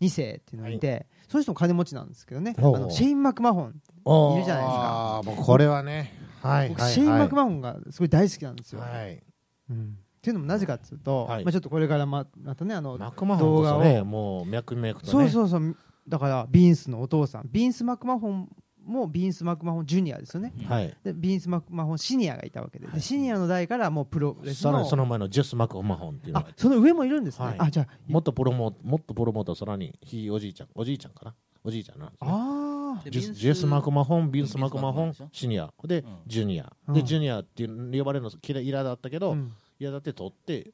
2世っていうのがいて、その人も金持ちなんですけどね、あ
ほう
のシェイン・マクマホン、
おー
いるじゃないですか
あーもうこれはねはい
僕
はい
シェイン・マク
は
マホンがすごい大好きなんです
い
よ。
はい
うんっていうのもなぜかっていうと、
はい
まあ、ちょっとこれからままたねあの、
マクマホンこそ
動
ねもう脈々とね
そうそうそう、だからビーンスのお父さん、ビーンス・マクマホンもビーンス・マクマホンジュニアですよね。
はい
でビーンス・マクマホンシニアがいたわけで、でシニアの代からもうプロレス
さら
の
にその前のジェス・マクマホンっていうの
あ
が
その上もいるんですね、
はい
あじゃあ
もっとプロモもっとプロモーターさらにひいおじいちゃんおじいちゃんかなおじいちゃんなんですね
あ
で
ジェス
ビンス
ジェス・マクマホン、ビンス・マクマホ
ビン
ン
スマクマホンでしょ、
シニア、で、
ん
ジュニア、
う
で、
ん
ジュニアっていう呼ばれるの嫌い嫌だったけ
あ、
ど、
うん
嫌だって取って、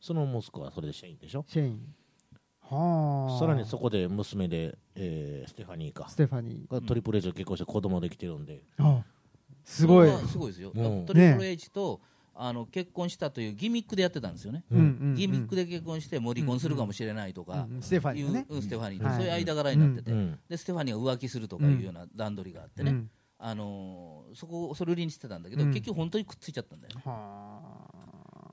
その息子はそれでシェインでしょ、
シェインはあ
さらにそこで娘で、えーステファニーか
ス、テファニー
がトリプル H と結婚して子供できてるんで、
あすごい
それはすごいですよ、
うん
トリプル H と、あの結婚したというギミックでやってたんですよね、
うんうんうん
ギミックで結婚してもう離婚するかもしれないとか、
うんうんステファニーがね
いううんステファニー
はい
そういう間柄になってて、
うん
でステファニーが浮気するとかいうような段取りがあってね、
うん
あのーそこをそれ売りにしてたんだけど、
うん
結局本当にくっついちゃったんだよね、
はあ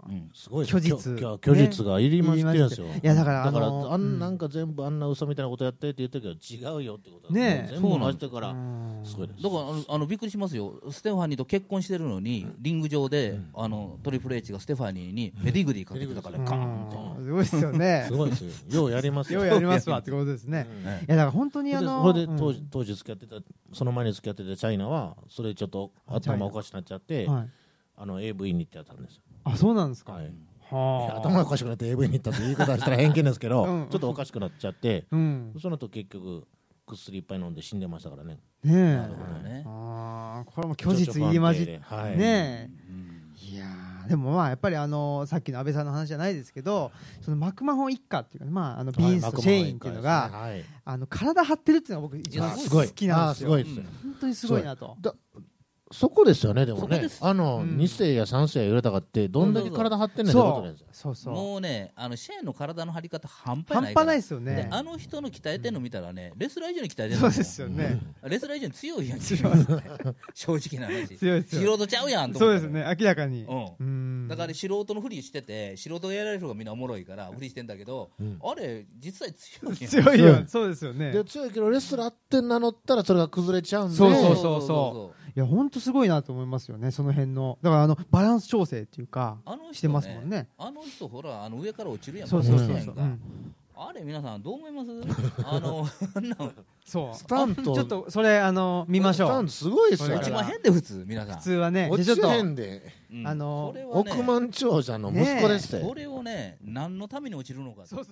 うん
すごい
虚実
虚虚実が入りましてるんですよ。
いやだから
だから
あの
あん
うん
なんか全部あんな嘘みたいなことやってって言ったけど違うよってことは
ねえ
全部
そうな
同
ん
じ
です
だから
うん
すごいです
だからあのあのびっくりしますよ、ステファニーと結婚してるのに、リング上で、あのトリプル H がステファニーにメディグリーかけてたから、ガーンと、
すごいですよね
すごいですよようやります
よ
よ
うやりますわってことですね
(laughs) うん
いやだから本当にあの
それで
うん
当時当時付き合ってたその前に付き合ってたチャイナはそれちょっと頭おかしくなっちゃって
はい
あの AV に行ってやったんですよ、
あそうなんですか
はいいや
は
頭おかしくなって AV に行ったって言い方したら偏見ですけど
うん
ちょっとおかしくなっちゃって
うん
その後結局薬いっぱい飲んで死んでましたからね
ね
なる
え
ほどね、
ああこれも虚実入り混じっ
情緒不安定ではい
ね
うん
えいやーでもまあやっぱりあのさっきの安倍さんの話じゃないですけどそのマクマホン一家っていうかねまああのビーンスとシェインっていうの
は
が
い
あの体張ってるっていうのが僕一番
あすごい
好きなんですよ
あすごいですよ
本当にすごいなと
だそこですよねでも
そこ
ね
です
あの
うん
2世や3世や揺れたかってどんだけ体張ってんねんってことなん
そ
です
う
よ
そうそう
もうね、あのシェーンの体の張り方、半端な
半
いか
端
ら
ないですよね
で。あの人の鍛えてんの見たらね、レスラー以上に鍛えてる
そうですよね。
レスラー以上に強いやん、 (laughs) 正直な話、
強いですよ
素人ちゃうやんと
そう
思っ
で
た
す
ら
ね、明らかに。
う
うん
だから素人のふりしてて、素人がやられる方がみんなおもろいから、ふりしてんだけど、あれ、実際強いやん。
強いよ、そうですよね
で。強いけどレスラーって名乗ったらそれが崩れちゃうんで
そうそうそうそう
そうそうそう
いや本当すごいなと思いますよねその辺のだからあのバランス調整っていうか
あの人、ね、
してますもんね
あの人ほらあの上から落ちるやん
そうそうそうそ
バラ
う、う
ンスやん
ん
か、あれ皆さんどう思い
(laughs)
ますあのあんな
そう
スタント
あちょっとそれあの見まし
スタ
ょう
ントすごいですよ
だ
落
か
ち
ら
まへんで普通皆さん
普通はね
落
じゃあ
ち
ちょっと
へんで
うん
あの
それはね
億万長者の息子ですって
これをね何のために落ちるのかって
そうそう